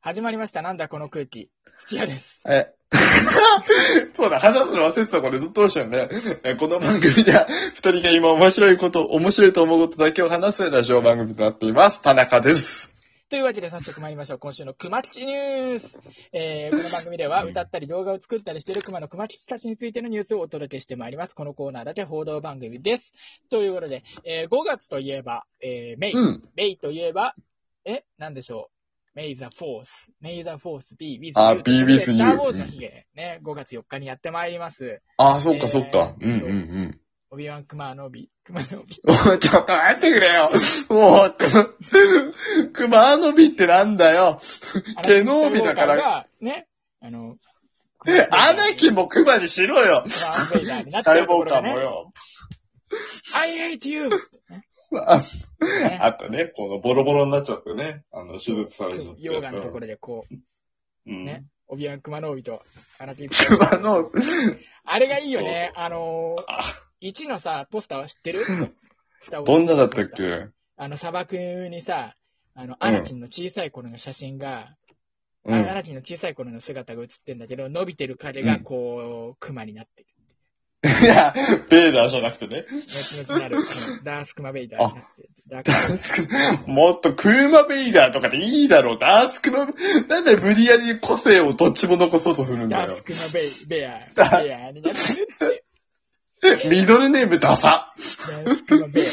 始まりました。なんだこの空気。土屋です。え。 そうだ、話すの忘れてた、これずっとどうしたんだよ。えこの番組では、二人が今面白いこと、面白いと思うことだけを話すラジオ番組となっています。田中です。というわけで早速参りましょう。今週の熊吉ニュース。えー、この番組ではうん歌ったり動画を作ったりしている熊の熊吉たちについてのニュースをお届けしてまいります。このコーナーだけ報道番組です。ということで、えー、5月といえば、えー、メイ、うん。メイといえば、え、なんでしょう。メイザフォース。メイザフォース B、with あ you ー be ということで with スターウ you ォーズの日でね、5月4日にやってまいります。ああ、そっえーかそっか。うんうんオビワンクマのビ、クマのビ。うん。 ちょっと待ってくれよ。もう、く、熊のびってなんだよ。毛の帯だからアナキンスカイウォーカーが。ね、あの、アナキンも熊にしろよ。スターウォーカーになっスちゃカうイウところォーカがーもねよ。 I hate you! あね あとね、このボロボロになっちゃってね。あの、手術されちゃって。ヨガのところでこう、うん。ねオビアン・クマノービとアナキンスカイウォーカー熊の、あれがいいよね。あのあー、1のさ、ポスターは知ってるどんなだったっけあの、砂漠にさ、あの、アナキンの小さい頃の写真が、うあんア。ナキンの小さい頃の姿が写ってんだけど、伸びてる彼がこう、クマにな ってる。いや、ベーダーじゃなくてね。後々なる、あのダースクマベイダーになってる。ダークもっとクーマベイダーとかでいいだろう。ダースクマ、なんで無理やり個性をどっちも残そうとするんダだーよス。クマベイ、ベア、ベアになってるって。 ミドルネームダサ。ダースクマベア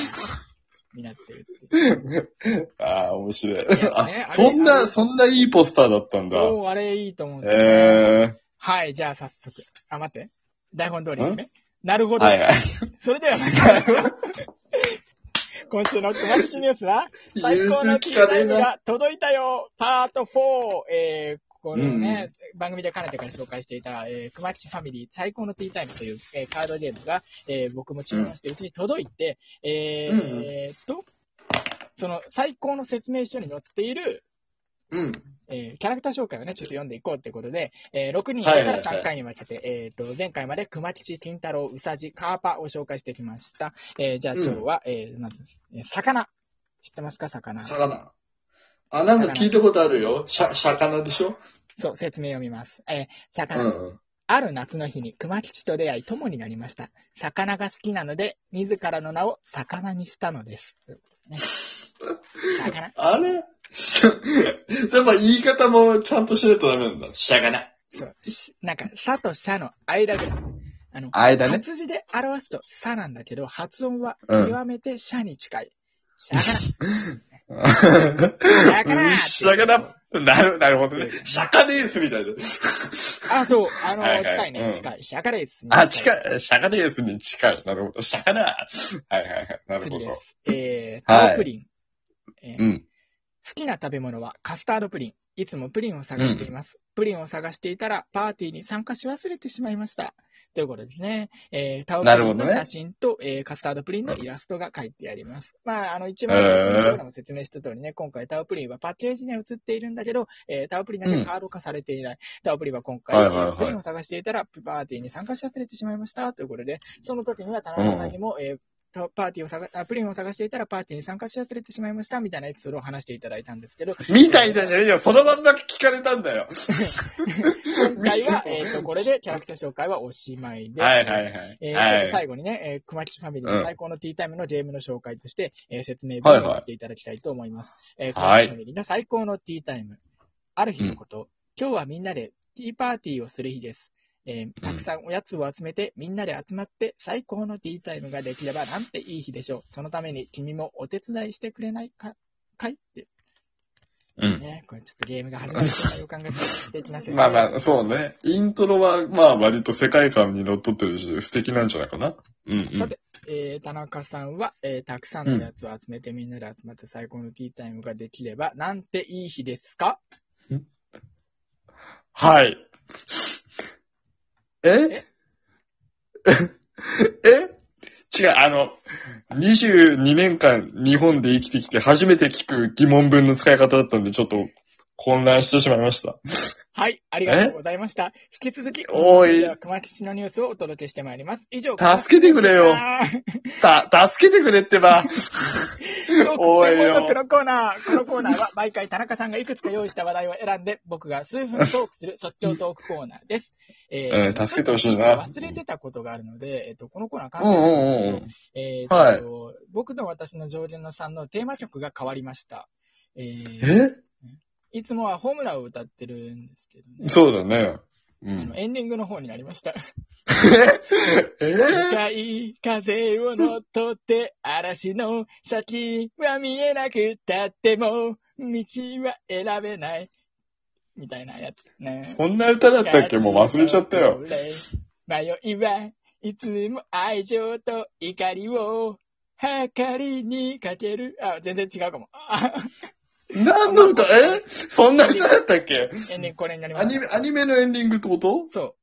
になってるって。ああ、面白い。やつねああれ、そんあれな、そんないいポスターだったんだ。そう、あれいいと思うんですよね、えはい、じゃあ早速。あ、待って。台本通りにね。なるほー。ど。はいはい。それでは参りましょ う。今週の熊口ニュースは、最高のティータイムが届いたよパート 4! えー、このね、番組でかねてから紹介していた、えー、熊吉ファミリー最高のティータイムという、えーカードゲームが、えー僕も注文してうちに届いて、えーうんえーと、その最高の説明書に載っている、うん。えーキャラクター紹介をね、ちょっと読んでいこうってことで、えー6人はいだはいかはらい3回に分けて、えっ、と、前回まで熊吉、金太郎、うさじ、カーパを紹介してきました。えーじゃあ今日は、えーまず、えー魚。知ってますか、魚。魚。あ、なんか聞いたことあるよ。シャ、魚でしょそう、説明読みます。えーう魚、ん。ある夏の日に熊吉と出会い、友になりました。魚が好きなので、自らの名を魚にしたのです。ということでね魚。あれ そうやっぱ言い方もちゃんとしないとダメなんだ。魚。そう、しなんか、さとしゃの間ぐらい。あの、間ね。活字で表すと、さなんだけど、発音はうん極めてシャに近い。 シャかだからだ。なる、なるほどね。シャカデースみたいな。ら。あ、そう、あの、はいはい近いうね、ん近い。シャカレース。あ、近い。シャカデースに近い。なるほど。シャカだ。はいはいはい。なる次ほでど。す。えー、はいタロプリン。えーうん。好きな食べ物はカスタードプリン。いつもプリンを探しています。プリンを探していたら、パーティーに参加し忘れてしまいました。ということですね。えー、タオなるプリほンどのね写真と、えーカスタードプリンのイラストが書いてあります。まあ、あの、一番最初のところも説明した通りね、今回タオプリンはパッケージには写っているんだけど、えータオプリンだけカード化されていない。タオプリンは今回、はいはいはいプリンを探していたら、パーティーに参加し忘れてしまいました。ということで、その時には田中さんにも、えーパパーティーを探、あプリンを探していたらパーティーに参加し忘れてしまいました、みたいなエピソードを話していただいたんですけど、みたいなじゃねえよ。そのまんま聞かれたんだよ。今回 は、えっ、と、これでキャラクター紹介はおしまいです。はいはいはい。えーちょっとはい最後にね、えー、熊吉ファミリーの最高のティータイムのゲームの紹介として、えー説明は文いはいをしていただきたいと思います。えー熊はい吉ファミリーの最高のティータイム。ある日のこと、今日はみんなでティーパーティーをする日です。えーたくさんおやつを集めて、みんなで集まって最高のティータイムができればなんていい日でしょう。そのために君もお手伝いしてくれないか、かいってうん。ね、これちょっとゲームが始まる予感がする素敵な説明まあまあ、そうね。イントロは、まあ割と世界観にのっとってるし、素敵なんじゃないかな。うんうさん。て、えー田中さんは、えーたくさんのやつを集めてみんなで集まって最高のティータイムができれば、なんていい日ですかはい。え え違う、あの、22年間日本で生きてきて初めて聞く疑問文の使い方だったんで、ちょっと混乱してしまいました。はい、ありがとうございました。引き続き、おいでは熊吉のニュースをお届けしてまいります。以上、助けてくれよた、助けてくれってば。おおいいよよ。このコーナー、このコーナーは毎回田中さんがいくつか用意した話題を選んで、僕が数分トークする即興トークコーナーです。えうん助けてほしいなちょっと忘れてたことがあるので、えっと、このコーナー うん簡単うなんですけどんうん。えーはいと僕と私の常連のさんのテーマ曲が変わりました。えーえいつもはホームランを歌ってるんですけどね。そうだね。うあのん。エンディングの方になりました。え向かい風を乗っ取って嵐の先は見えなくたっても道は選べない。みたいなやつね。 そんな歌だったっけもう忘れちゃったよ。。迷いはいつも愛情と怒りを計りにかける。あ、全然違うかも。 あ何の歌えそんな歌だったっけエンディングこれになりまアニす。メ、アニメのエンディングってことそ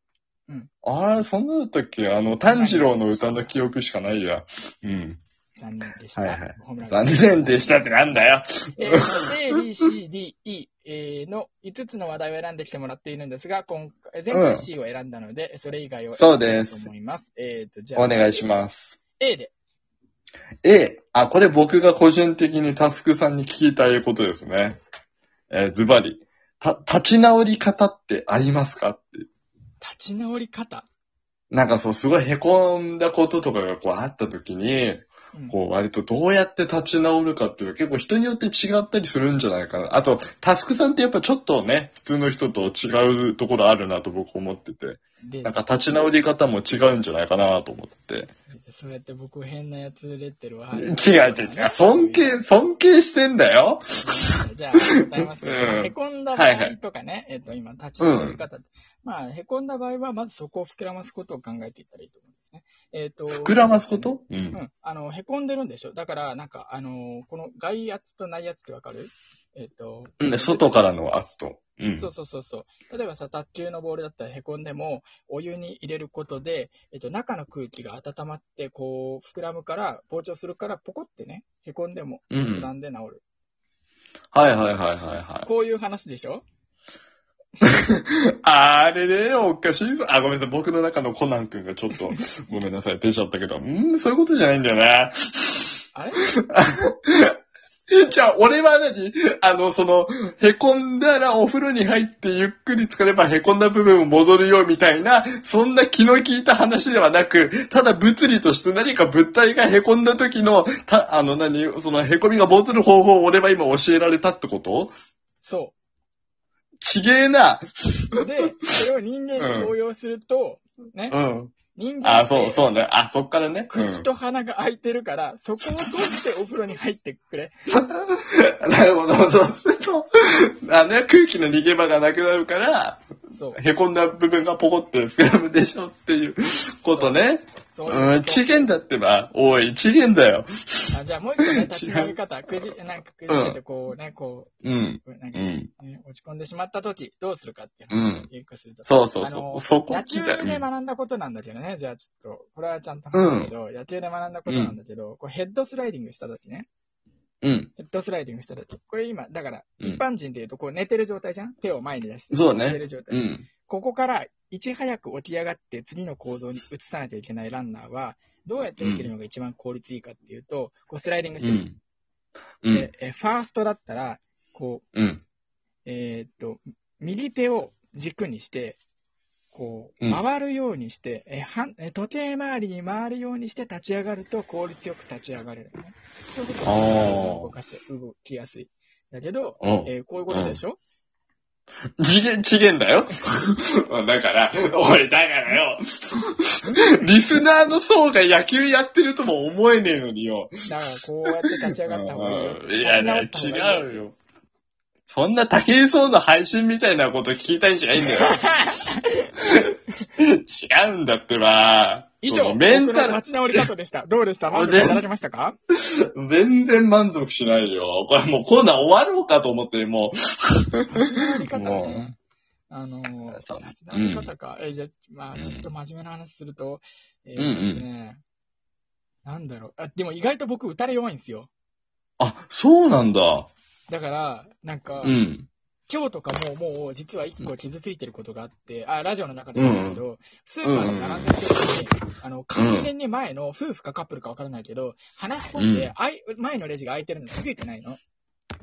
ああ、そんなだったっけあの、炭治郎の歌の記憶しかないや。うん。う。残念でした。はいはいホームラン残念でしたってなんだよ。えー A, B, C, D, E えーの5つの話題を選んできてもらっているんですが、今回前う回ん C を選んだので、それ以外を選そうでびすたいと思います。えーと、じゃあ、 お願いします。す。A で。 A、あ、これ僕が個人的にタスクさんに聞きたいことですね。えーズバリ。た、立ち直り方ってありますかって。立ち直り方。なんかそう、すごい凹んだこととかがこうあった時に、うんこう割とどうやって立ち直るかっていうのは結構人によって違ったりするんじゃないかな。あと、タスクさんってやっぱちょっとね、普通の人と違うところあるなと僕思ってて、でなんか立ち直り方も違うんじゃないかなと思って。そうやって僕変なやつレッテルは。違う違う違う、尊敬、尊敬してんだよ。 じゃあ、答えますけど、うんまあへこんだ場合とかね、えっと、今、立ち直り方って。まあ、へこんだ場合は、まずそこを膨らますことを考えていったらいいと思うんですね。えっと、膨らますことう。うんん。あの、へこんでるんでしょ。だから、なんか、あの、この外圧と内圧ってわかるえっ、と、うん外からの圧と。うんそうそうそうそう。例えばさ、卓球のボールだったらへこんでも、お湯に入れることで、えっ、と、中の空気が温まって、こう、膨らむから、膨張するから、ポコってね、へこんでも、うん膨らんで治る。はいはいはいはいはこういう話でしょい。あれね、おかしいぞ。あ、ごめんなさい。僕の中のコナン君がちょっと、ごめんなさい。出ちゃったけど、うん、そういうことじゃないんだよな。あれ じゃあ、俺は何あの、その、へこんだらお風呂に入ってゆっくり浸かればへこんだ部分を戻るよみたいな、そんな気の利いた話ではなく、ただ物理として何か物体がへこんだ時の、た、あの何、そのへこみが戻る方法を俺は今教えられたってことそちげえな。う。で、それを人間に応用すると、ねう、ん。人間あ、ってそう、そうね。あ、そっからね。うん口と鼻が開いてるから、そこを閉じてお風呂に入ってくれ。 なるほど。そうすると、あのね、空気の逃げ場がなくなるから、そう。へこんだ部分がポコって膨らむでしょっていうことね。そういううん、ことちげんだってば。おい、ちげんだよ。あじゃあもう一個ね、立ち直り方、くじ、なんかくじけてこうね、こうん、う、なんかうね、ん、落ち込んでしまった時、どうするかっていうう話をん。言うかすると。そうそうあそのう。そこ野球聞いたよ。で学んだことなんだけどね、じゃあちょっと、これはちゃんと話すけど、野球で学んだことなんだけど、こうヘッドスライディングした時ね、うん、ヘッドスライディングした時、これ今、だから、う一ん。般人で言うと、こう寝てる状態じゃん手を前に出して。そうね寝てる状態。うん。ここからいち早く起き上がって次の行動に移さなきゃいけないランナーは、どうやって起きるのが一番効率いいかっていうと、こうスライディングすうる。ん。うんで。えファーストだったら、こう、うん。えーっと、右手を軸にして、こうう、ん回るようにして、えはんえ時計回りに回るようにして立ち上がると効率よく立ち上がれるのね。そうすると、あー動かし、動きやすい。だけど、うんえーこういうことでしょ、次元、次元だよ。 だから、おい、だからよ。 リスナーの層が野球やってるとも思えねえのによ。だから、こうやって立ち上がった方がいいよ。いや、立ち直った方がいい違うよ。そんな多平層の配信みたいなこと聞きたいんじゃないんだよ。 違うんだってば。以そ上、のメン僕タのル、立ち直り方でした。どうでした満足いただけましたか全然満足しないよ。これもうコーナー終わろうかと思って、も立ち直り方もね。あのー、そう立ち直り方か。え、じゃあ、まあ、うんちょっと真面目な話すると、えうんうんーねなんだろう。あ、でも意外と僕、打たれ弱いんですよ。う。あ、そうなんだ。だから、なんかう、ん。今日とかも、もう、実は一個傷ついてることがあって、あ、ラジオの中で言うんだけど、スーパーに並んでる時に、あの、完全に前の、夫婦かカップルかわからないけど、話し込んうで、あい前のレジが空いてるのに気づいてないの。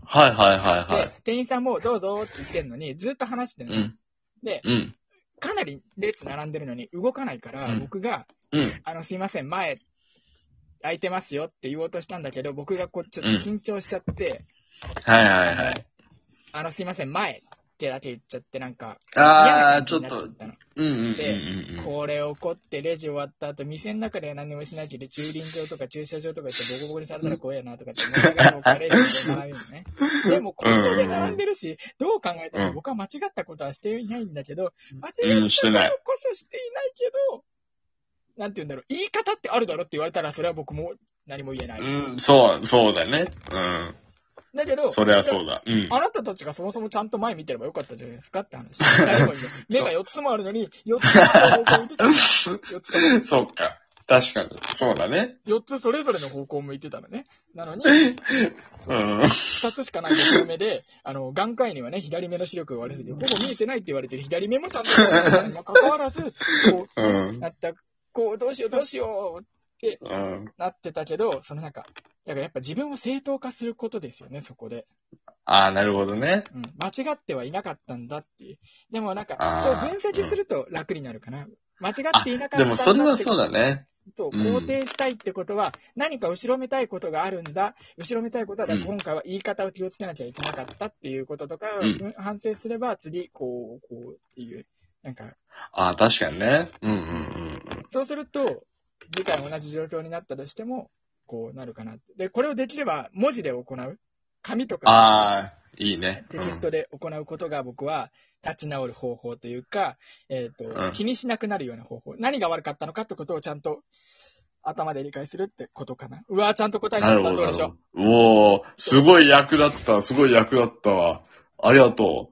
はいはいはいはでい。、店員さんも、どうぞって言ってんのに、ずっと話してんうの。ん。で、うん。かなり列並んでるのに動かないから、うん僕が、うん。あの、すいません、前、空いてますよって言おうとしたんだけど、僕がこう、ちょっと緊張しちゃって、はいはいはい。あの、すいません、前ってだけ言っちゃって、なんか、あー、嫌な感ちじょになっちゃとた、のうんうんうんでうんうん。これ怒って、レジ終わった後、店の中で何もしないけど、駐輪場とか駐車場とか行ってボコボコにされたら怖いなとかって思いながら、僕はレジで並ぶのね。でも、こんだけ並んでるし、どう考えても僕は間違ったことはしていないんだけど、間う違ん、っしてたなこい。とこそしていないけど、なんて言うんだろう、言い方ってあるだろって言われたら、それは僕も何も言えない。うん、そう、そうだね。だけうん。ど、それはそうだ。うん。あなたたちがそもそもちゃんと前見てればよかったじゃないですかって 話。最後に目が4つもあるのに、4つの方向向いてた。4つともそっか。確かに。そうだね。四つそれぞれの方向を向いてたのね。なのに、うん。 2つしかない右目で、あの、眼科医にはね、左目の視力が悪すぎて、ほぼ見えてないって言われてる左目もちゃんと見えてないにもかかわらず、こうんう、。なった、こう、どうしようどうしよううん。なってたけど、そのなんか、だからやっぱ自分を正当化することですよね、そこで。ああ、なるほどね。うん。間違ってはいなかったんだっていう。でもなんか、あそうー分析すると楽になるかな。間違っていなかったんだってでもそれはそうだね。そう、うん肯定したいってことは、何か後ろめたいことがあるんだ。後ろめたいことは、だから今回は言い方を気をつけなきゃいけなかったっていうこととか、うんうん反省すれば、次、こう、こうっていう。なんか、ああ、確かにね。うんうんうんそうすると、次回同じ状況になったとしても、こうなるかな。で、これをできれば、文字で行う。紙とか、ああ、いいね。テキストで行うことが僕は、立ち直る方法というか、えっ、と、うん気にしなくなるような方法。何が悪かったのかってことをちゃんと頭で理解するってことかな。うわーちゃんと答えちなゃるったほどうど。でしょうおおすごい役立った、すごい役立ったわ。ありがと